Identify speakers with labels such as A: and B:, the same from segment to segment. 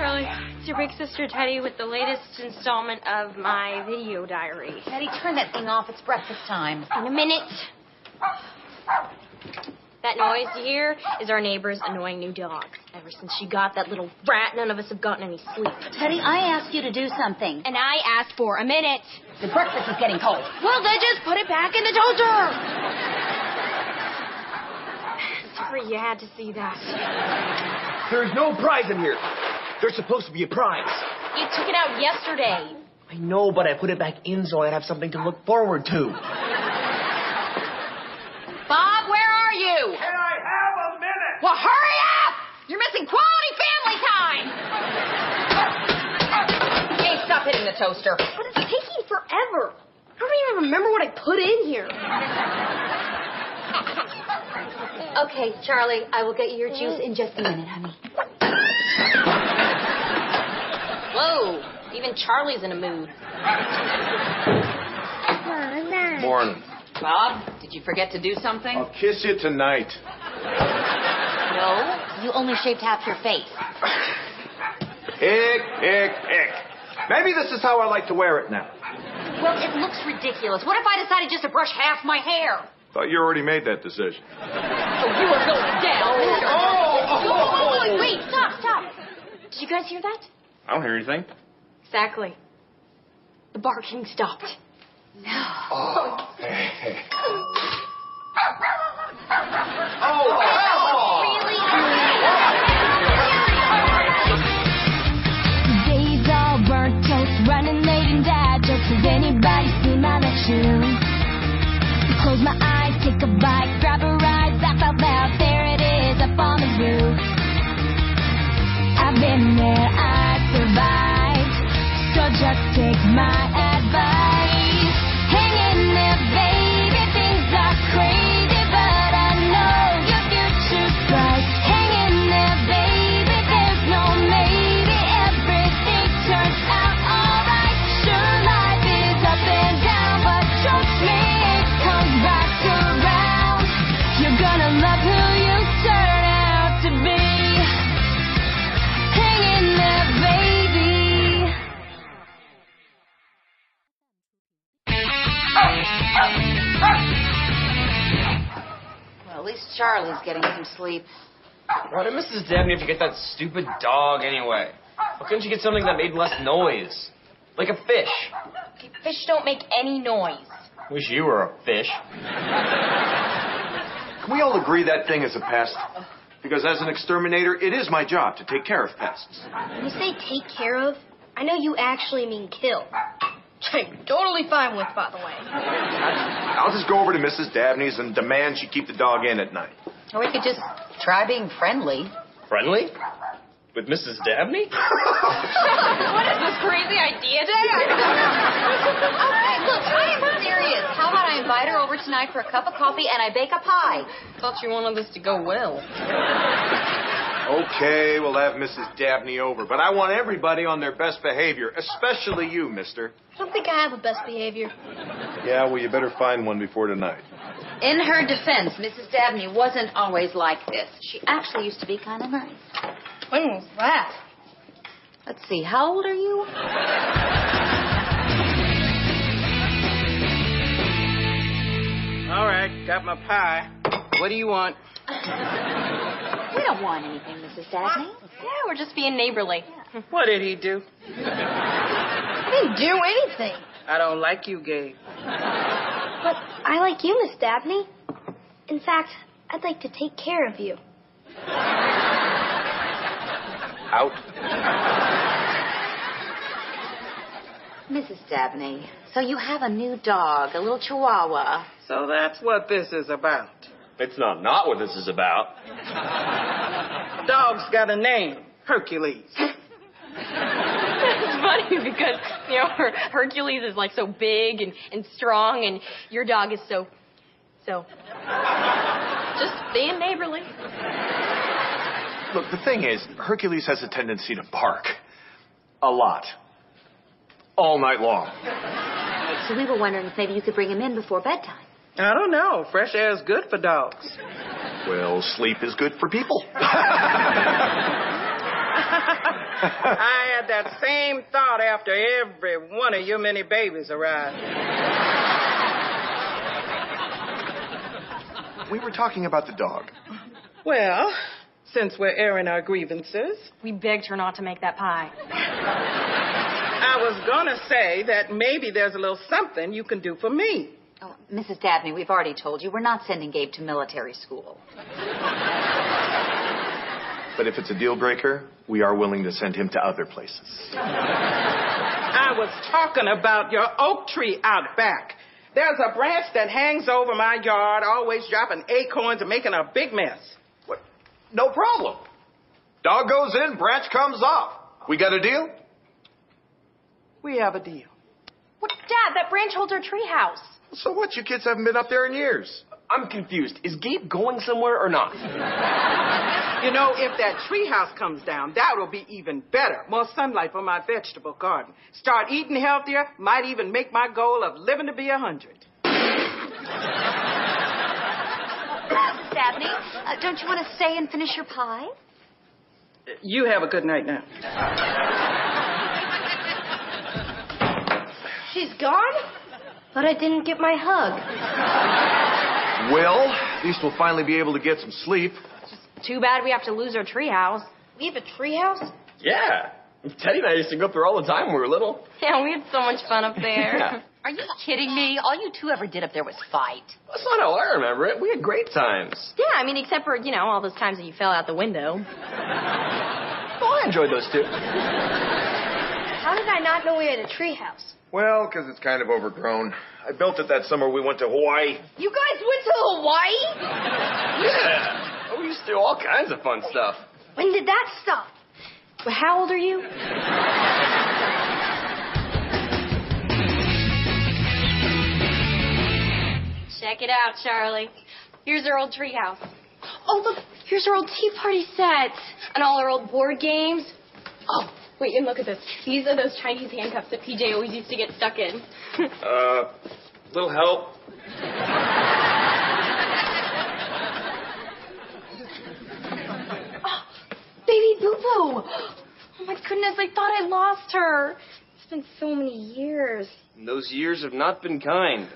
A: it's your big sister Teddy with the latest installment of my video diary.
B: Betty, turn that thing off. It's breakfast time.
A: In a minute. That noise you hear is our neighbor's annoying new dog. Ever since she got that little brat, none of us have gotten any sleep.
B: Teddy, I asked you to do something.
A: And I asked for a minute.
B: The breakfast is getting cold.
A: Well, then just put it back in the toaster. Sorry you had to see that.
C: There's no prize in here. There's supposed to be a prize.
A: You took it out yesterday.
C: I know, but I put it back in so I'd have something to look forward to.
B: Bob, where are you?
D: Can I have a minute?
B: Well, hurry up! You're missing quality family time! Hey, stop hitting the toaster.
A: But it's taking forever. I don't even remember what I put in here. okay, Charlie, I will get you your juice in just a minute, honey. Whoa, even Charlie's in a mood.
C: Morning.
B: Bob, did you forget to do something?
D: I'll kiss you tonight.
B: No, you only shaved half your face.
D: Ick, ick, ick. Maybe this is how I like to wear it now.
B: Well, it looks ridiculous. What if I decided just to brush half my hair?
D: Thought you already made that decision.
B: Oh, you are going
A: Oh,
B: down.
A: Wait, wait, wait, stop, stop. Did you guys hear that?
D: I don't hear anything.
A: Exactly. The barking stopped.
D: Oh!
E: Days all burnt toast, running late and died. Just has anybody seen my left shoe? Close my eyes, take a bite, grab a ride, laugh out loud. There it is, up on the roof. I've been there, I survived. So just take my advice. Hang in there, baby. Things are crazy, but I know your future's bright. Hang in there, baby. There's no maybe. Everything turns out alright. Sure, life is up and down, but trust me, it comes back around. You're gonna love who you turn out to be. Hang in there, baby.
B: Well, at least Charlie's getting some sleep.
F: Why did Mrs. Dabney have to get that stupid dog anyway? Why couldn't she get something that made less noise? Like a fish.
A: Fish don't make any noise.
F: Wish you were a fish.
D: Can we all agree that thing is a pest? Because as an exterminator, it is my job to take care of pests.
A: When you say take care of, I know you actually mean kill. Which I'm totally fine with, by the way.
D: I'll just go over to Mrs. Dabney's and demand she keep the dog in at night.
B: Or we could just try being friendly.
F: Friendly? With Mrs. Dabney?
B: What is this crazy idea day? okay, look, I am serious. How about I invite her over tonight for a cup of coffee and I bake a pie?
A: Thought you wanted this to go well.
D: Okay, we'll have Mrs. Dabney over, but I want everybody on their best behavior, especially you, mister.
A: I don't think I have a best behavior.
D: Yeah, well, you better find one before tonight.
B: In her defense, Mrs. Dabney wasn't always like this. She actually used to be kind of nice.
A: When was that?
B: Let's see, how old are you?
G: All right, got my pie. What do you want?
B: We don't want anything, Mrs. Dabney.
A: Yeah, we're just being neighborly.
G: What did he do?
A: I didn't do anything.
G: I don't like you, Gabe.
H: But I like you, Miss Dabney. In fact, I'd like to take care of you.
D: Out.
B: Mrs. Dabney, so you have a new dog, a little chihuahua.
G: So that's what this is about.
F: It's not not what this is about.
G: Dog's got a name, Hercules.
A: It's funny because, you know, Her- Hercules is like so big and, and strong, and your dog is so. so. Just being neighborly.
D: Look, the thing is, Hercules has a tendency to bark. A lot. All night long.
B: So we were wondering if maybe you could bring him in before bedtime.
G: I don't know. Fresh air is good for dogs.
D: Well, sleep is good for people.
G: I had that same thought after every one of your many babies arrived.
D: We were talking about the dog.
G: Well, since we're airing our grievances,
A: We begged her not to make that pie.
G: I was gonna say that maybe there's a little something you can do for me.
B: Oh, Mrs. Dabney, we've already told you we're not sending Gabe to military school.
D: But if it's a deal breaker, we are willing to send him to other places.
G: I was talking about your oak tree out back. There's a branch that hangs over my yard, always dropping acorns and making a big mess.
D: What? No problem. Dog goes in, branch comes off. We got a deal?
G: We have a deal.
A: What, Dad, that branch holds our treehouse.
D: So what? You kids haven't been up there in years.
F: I'm confused. Is Gabe going somewhere or not?
G: You know, if that treehouse comes down, that'll be even better. More sunlight for my vegetable garden. Start eating healthier, might even make my goal of living to be a hundred.
H: Mrs. Dabney, uh, don't you want to stay and finish your pie?
G: You have a good night now.
H: She's gone? But I didn't get my hug.
D: Well, at least we'll finally be able to get some sleep.
A: Too bad we have to lose our treehouse.
H: We have a treehouse?
F: Yeah. Teddy and I used to go up there all the time when we were little.
A: Yeah, we had so much fun up there.
F: Yeah.
B: Are you kidding me? All you two ever did up there was fight.
F: That's not how I remember it. We had great times.
A: Yeah, I mean, except for, you know, all those times that you fell out the window.
F: Oh, I enjoyed those too.
H: How did I not know we had a treehouse?
D: Well, 'cause it's kind of overgrown. I built it that summer we went to Hawaii.
H: You guys went to Hawaii?
F: Yeah. We used to do all kinds of fun stuff.
H: When did that stop? Well, How old are you?
A: Check it out, Charlie. Here's our old treehouse.
H: Oh, look, here's our old tea party sets and all our old board games.
A: Oh, wait, and look at this. These are those Chinese handcuffs that PJ always used to get stuck in.
F: Uh, little help.
H: Baby Boo Boo. Oh my goodness, I thought I lost her. It's been so many years.
F: And those years have not been kind.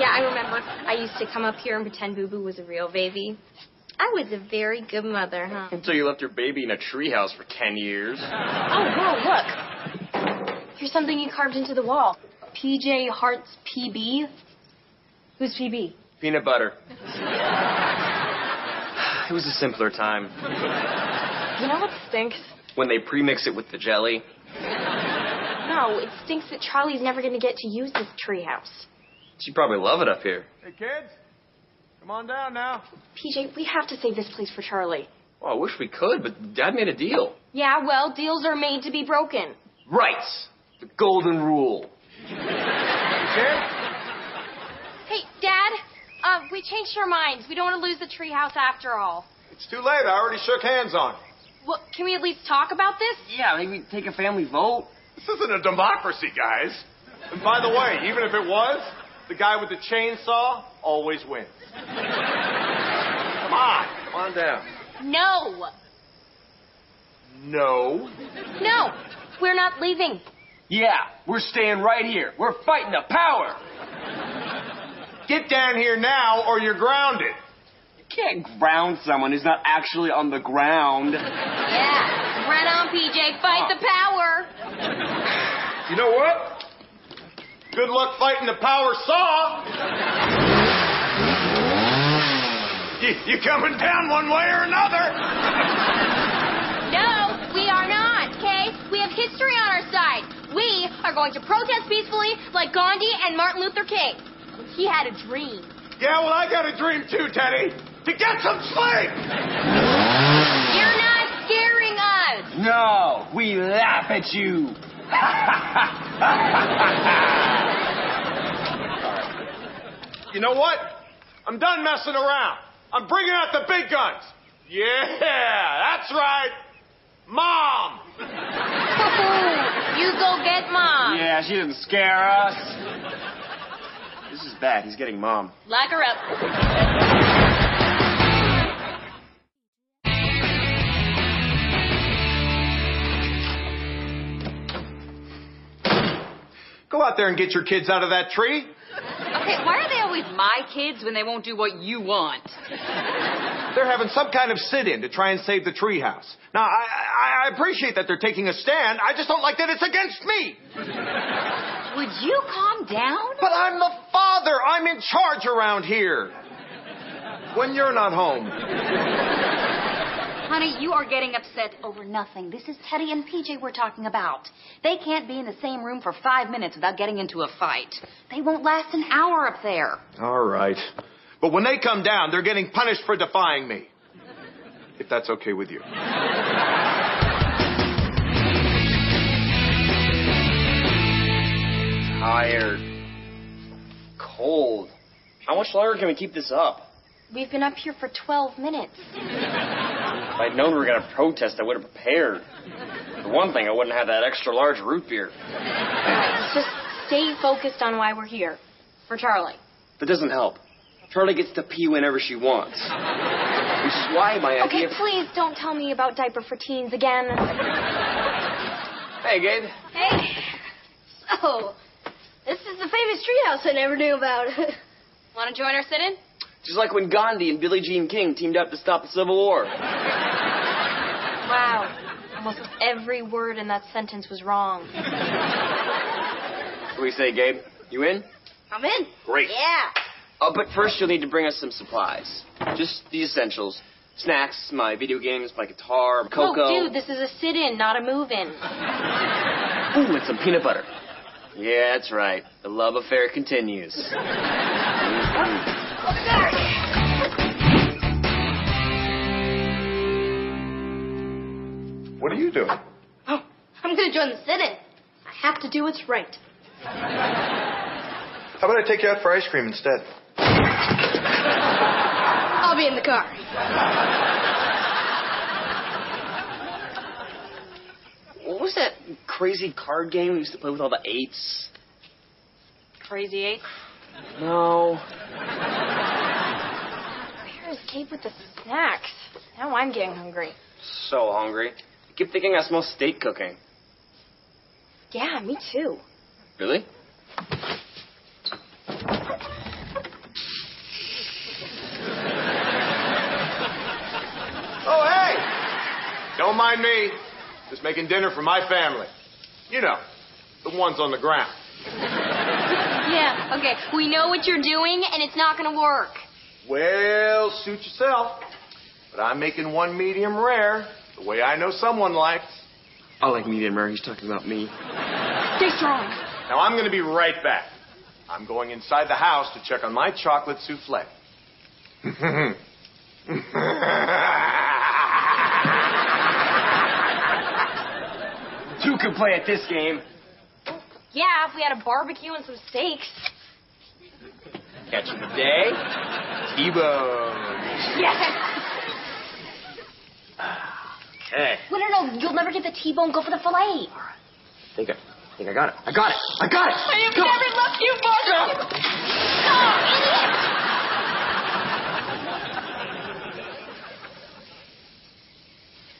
A: Yeah, I remember. I used to come up here and pretend Boo Boo was a real baby. I was a very good mother, huh?
F: Until you left your baby in a treehouse for ten years.
A: Oh, wow, look. Here's something he carved into the wall. PJ Hart's PB. Who's PB?
F: Peanut butter. it was a simpler time.
A: You know what stinks?
F: When they premix it with the jelly.
A: No, it stinks that Charlie's never going to get to use this treehouse.
F: She'd probably love it up here.
C: Hey, kids, come on down now.
A: PJ, we have to save this place for Charlie.
F: Well, I wish we could, but Dad made a deal.
A: Yeah, well, deals are made to be broken.
F: Rights! The golden rule.
C: Kids,
A: Hey, Dad, uh, we changed our minds. We don't want to lose the treehouse after all.
D: It's too late. I already shook hands on it.
A: Well, can we at least talk about this?
F: Yeah, maybe take a family vote.
D: This isn't a democracy, guys. And by the way, even if it was, the guy with the chainsaw always wins. come on, come on down.
A: No.
D: No.
A: No. We're not leaving.
F: Yeah, we're staying right here. We're fighting the power.
D: Get down here now or you're grounded.
F: You can't ground someone who's not actually on the ground.
A: Yeah. Right on, PJ. Fight the power.
D: You know what? Good luck fighting the power saw. you, you coming down one way or another.
A: No, we are not, okay? We have history on our side. We are going to protest peacefully like Gandhi and Martin Luther King. He had a dream.
D: Yeah, well, I got a dream too, Teddy. To get some sleep.
A: You're not scaring us.
F: No, we laugh at you.
D: You know what? I'm done messing around. I'm bringing out the big guns. Yeah, that's right. Mom.
A: you go get mom.
F: Yeah, she didn't scare us. This is bad. He's getting mom.
A: Lock her up.
D: Go out there and get your kids out of that tree.
B: Okay, why are they always my kids when they won't do what you want?
D: They're having some kind of sit-in to try and save the treehouse. Now, I, I, I appreciate that they're taking a stand. I just don't like that it's against me.
B: Would you calm down?
D: But I'm the father. I'm in charge around here. When you're not home.
B: Honey, you are getting upset over nothing. This is Teddy and PJ we're talking about. They can't be in the same room for five minutes without getting into a fight. They won't last an hour up there.
D: All right. But when they come down, they're getting punished for defying me. If that's okay with you.
F: Tired. Cold. How much longer can we keep this up?
H: We've been up here for 12 minutes.
F: If I'd known we were going to protest, I would have prepared. For one thing, I wouldn't have that extra large root beer.
H: Just stay focused on why we're here. For Charlie.
F: That doesn't help. Charlie gets to pee whenever she wants. Which is why my
H: Okay,
F: idea.
H: please don't tell me about diaper for teens again.
F: Hey, Gabe.
H: Hey. So, this is the famous treehouse I never knew about.
B: Want to join our sit in?
F: Just like when Gandhi and Billie Jean King teamed up to stop the Civil War.
H: wow. Almost every word in that sentence was wrong.
F: What do we say, Gabe? You in?
H: I'm in.
F: Great.
H: Yeah.
F: Uh, but first, you'll need to bring us some supplies. Just the essentials. Snacks, my video games, my guitar, cocoa.
A: Oh, dude, this is a sit-in, not a move-in.
F: Ooh, and some peanut butter. Yeah, that's right. The love affair continues.
D: What are you doing?
F: Oh.
H: I'm gonna join the sit-in. I have to do what's right.
D: How about I take you out for ice cream instead?
H: I'll be in the car.
F: What was that crazy card game we used to play with all the eights?
B: Crazy eight.
F: No.
H: Where's Gabe with the snacks? Now I'm getting hungry.
F: So hungry. I keep thinking I smell steak cooking.
H: Yeah, me too.
F: Really?
D: Oh, hey! Don't mind me. Just making dinner for my family. You know, the ones on the ground.
A: Yeah, okay. We know what you're doing, and it's not gonna work.
D: Well, suit yourself. But I'm making one medium rare, the way I know someone likes.
F: I like medium rare. He's talking about me.
A: Stay strong.
D: Now, I'm going to be right back. I'm going inside the house to check on my chocolate souffle.
F: Two can play at this game.
A: Yeah, if we had a barbecue and some steaks.
F: Catch of the day. T-bone. Okay.
H: No, no, no. You'll never get the T-bone. Go for the filet.
F: I think I, I think I got it. I got it. I got it.
A: I have never loved you more.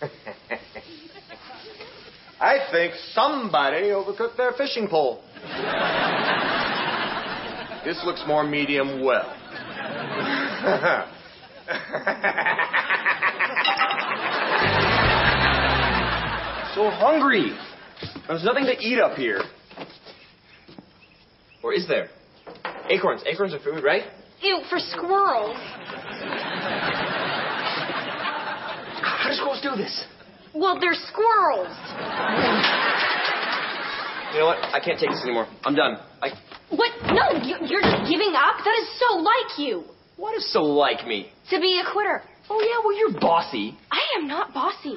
D: I think somebody overcooked their fishing pole. this looks more medium well.
F: so hungry. There's nothing to eat up here. Or is there? Acorns. Acorns are food, right?
A: Ew, for squirrels.
F: How do squirrels do this?
A: Well, they're squirrels.
F: You know what? I can't take this anymore. I'm done. I.
A: What? No, you- you're just giving up? That is so like you.
F: What is so like me?
A: To be a quitter.
F: Oh yeah, well you're bossy.
A: I am not bossy.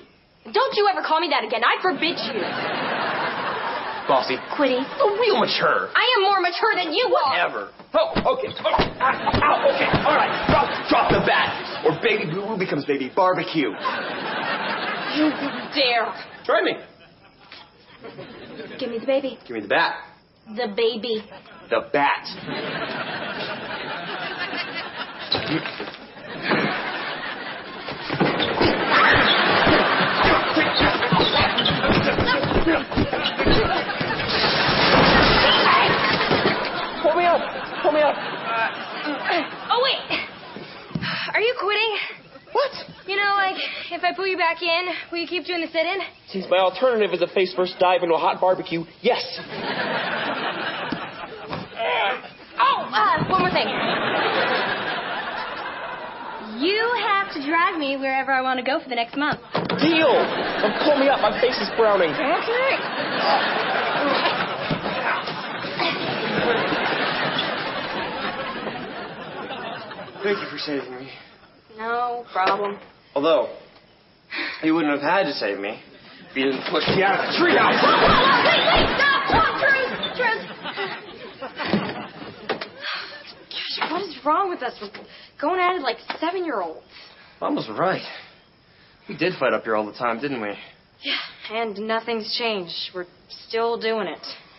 A: Don't you ever call me that again. I forbid you.
F: Bossy.
A: Quitty.
F: Oh, real mature.
A: I am more mature than you are.
F: Ever. Oh, okay. Oh, ah, ow, okay. All right. Drop, drop the bat, or baby boo boo becomes baby barbecue.
A: You wouldn't dare.
F: Try me.
H: Give me the baby.
F: Give me the bat.
A: The baby.
F: The bat.
A: Hey!
H: Oh, put you back in? Will you keep doing the sit-in?
I: Since my alternative is a face first dive into a hot barbecue, yes.
H: Oh, uh, one more thing. You have to drive me wherever I want to go for the next month.
I: Deal. Don't pull me up. My face is browning.
H: Okay.
I: Thank you for saving me.
A: No problem.
I: Although, you wouldn't have had to save me if you didn't push me out of the treehouse.
H: Whoa, whoa, wait, wait, stop! Whoa, Drew, Drew.
A: Gosh, what is wrong with us? We're going at it like seven-year-olds.
I: Mom was right. We did fight up here all the time, didn't we?
A: And nothing's changed. We're still doing it.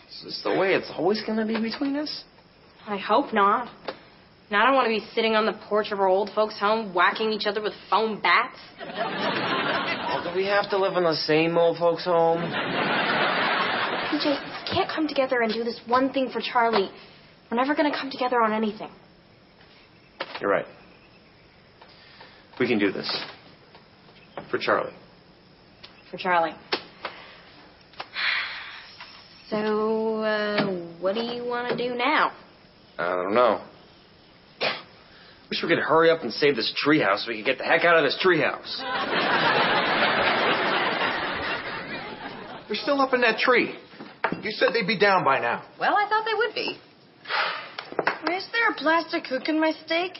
I: Is this the way it's always going to be between us?
A: I hope not. Now I don't want to be sitting on the porch of our old folks' home whacking each other with foam bats.
I: Oh, do we have to live in the same old folks' home?
H: PJ, we can't come together and do this one thing for Charlie. We're never going to come together on anything.
I: You're right. We can do this. For Charlie.
A: For Charlie. So, uh, what do you want to do now?
I: I don't know. Wish we could hurry up and save this treehouse so we could get the heck out of this treehouse.
D: They're still up in that tree. You said they'd be down by now.
B: Well, I thought they would be.
H: Is there a plastic hook in my steak?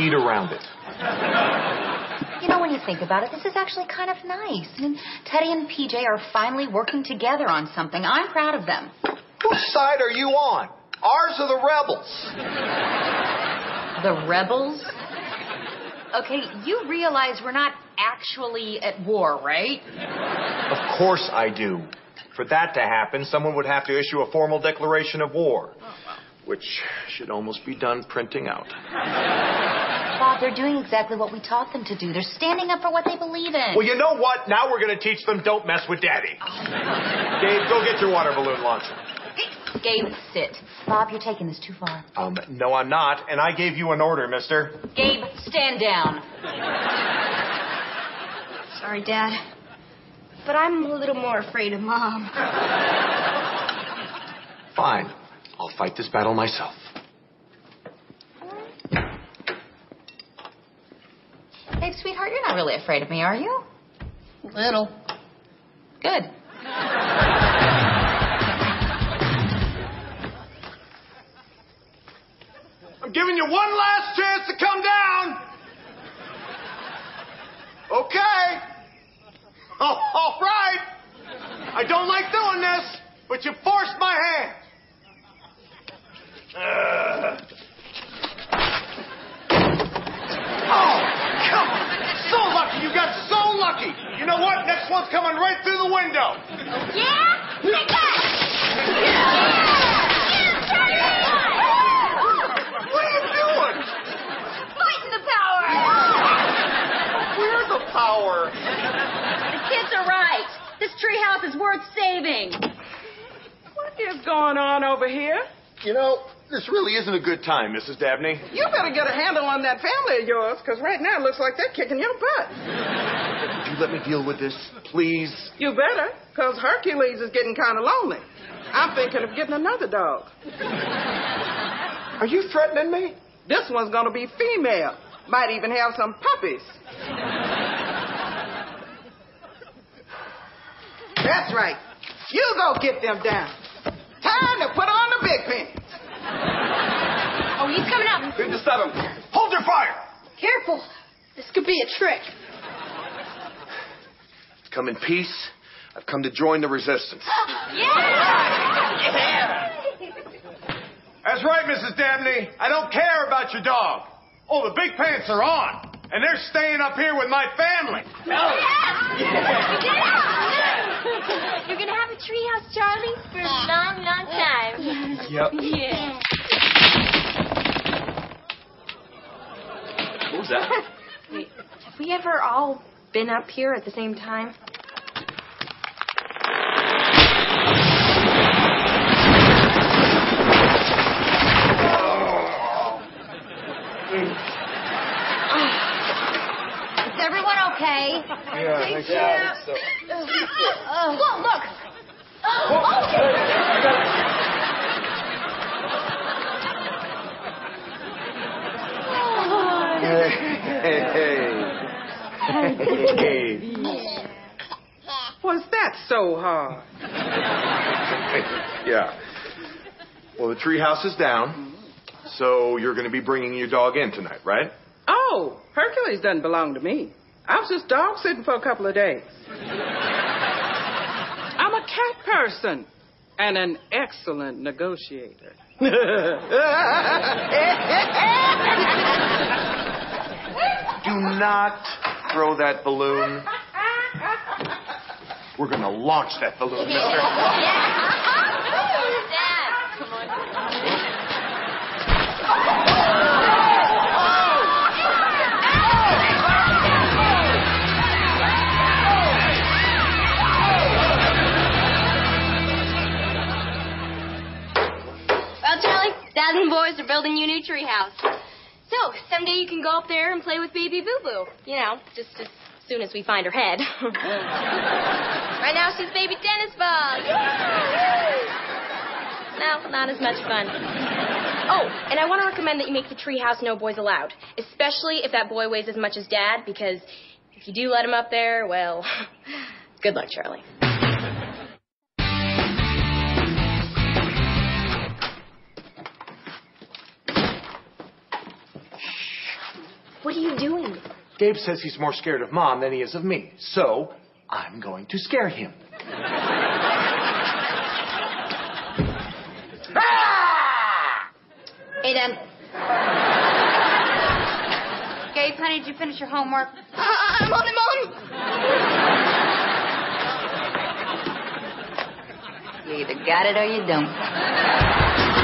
D: Eat around it.
B: You know, when you think about it, this is actually kind of nice. I mean, Teddy and PJ are finally working together on something. I'm proud of them.
D: Whose side are you on? Ours or the rebels?
B: The rebels? Okay, you realize we're not actually at war, right?
D: Of course I do. For that to happen, someone would have to issue a formal declaration of war, which should almost be done printing out.
B: Bob, they're doing exactly what we taught them to do. They're standing up for what they believe in.
D: Well, you know what? Now we're going to teach them don't mess with daddy. Dave, go get your water balloon launcher.
B: Gabe, sit. Bob, you're taking this too far.
D: Um, no, I'm not, and I gave you an order, mister.
B: Gabe, stand down.
H: Sorry, Dad. But I'm a little more afraid of Mom.
D: Fine. I'll fight this battle myself.
B: Gabe, sweetheart, you're not really afraid of me, are you?
H: Little.
B: Good.
D: I'm giving you one last chance to come down. Okay. Oh, all right. I don't like doing this, but you forced my hand. Uh. Ugh. Oh, come on. So lucky. You got so lucky. You know what? Next one's coming right through the window.
H: Yeah? Pick up!
D: What are you doing?
H: Fighting the power!
D: Where's the power?
A: The kids are right. This treehouse is worth saving.
G: What is going on over here?
D: You know, this really isn't a good time, Mrs. Dabney.
G: You better get a handle on that family of yours, because right now it looks like they're kicking your butt.
D: Would you let me deal with this, please?
G: You better, because Hercules is getting kind of lonely. I'm thinking of getting another dog.
D: Are you threatening me?
G: This one's going to be female. Might even have some puppies. That's right. You go get them down. Time to put on the big pants.
H: Oh, he's coming up.
D: Good to stop him. Hold your fire!
H: Careful. This could be a trick.
D: Come in peace. I've come to join the resistance. That's right, Mrs. Dabney. I don't care about your dog. Oh, the big pants are on, and they're staying up here with my family.
H: You're gonna have a treehouse, Charlie, for a long, long time.
I: Yep.
H: Yeah.
I: What was that?
A: Wait, have we ever all been up here at the same time?
B: Is everyone Thank you. Look, look. Oh,
C: Hey. Hey.
G: Was that so hard?
D: yeah. Well, the tree house is down, so you're going to be bringing your dog in tonight, right?
G: Oh, Hercules doesn't belong to me. I was just dog sitting for a couple of days. I'm a cat person and an excellent negotiator.
D: Do not throw that balloon. We're going to launch that balloon, mister.
B: Dad. Come on.
H: Well, Charlie, Dad and the boys are building you a new treehouse. So someday you can go up there and play with Baby Boo Boo.
A: You know, just as soon as we find her head.
H: Right now she's Baby Dennis Bug.
A: no, not as much fun. Oh, and I want to recommend that you make the treehouse no boys allowed, especially if that boy weighs as much as Dad, because if you do let him up there, well, good luck, Charlie.
H: What are you doing?
D: Gabe says he's more scared of Mom than he is of me, so I'm going to scare him.
B: Hey, Dan. Gabe, honey, did you finish your homework?
H: Uh, I'm on it, Mom.
B: You either got it or you don't.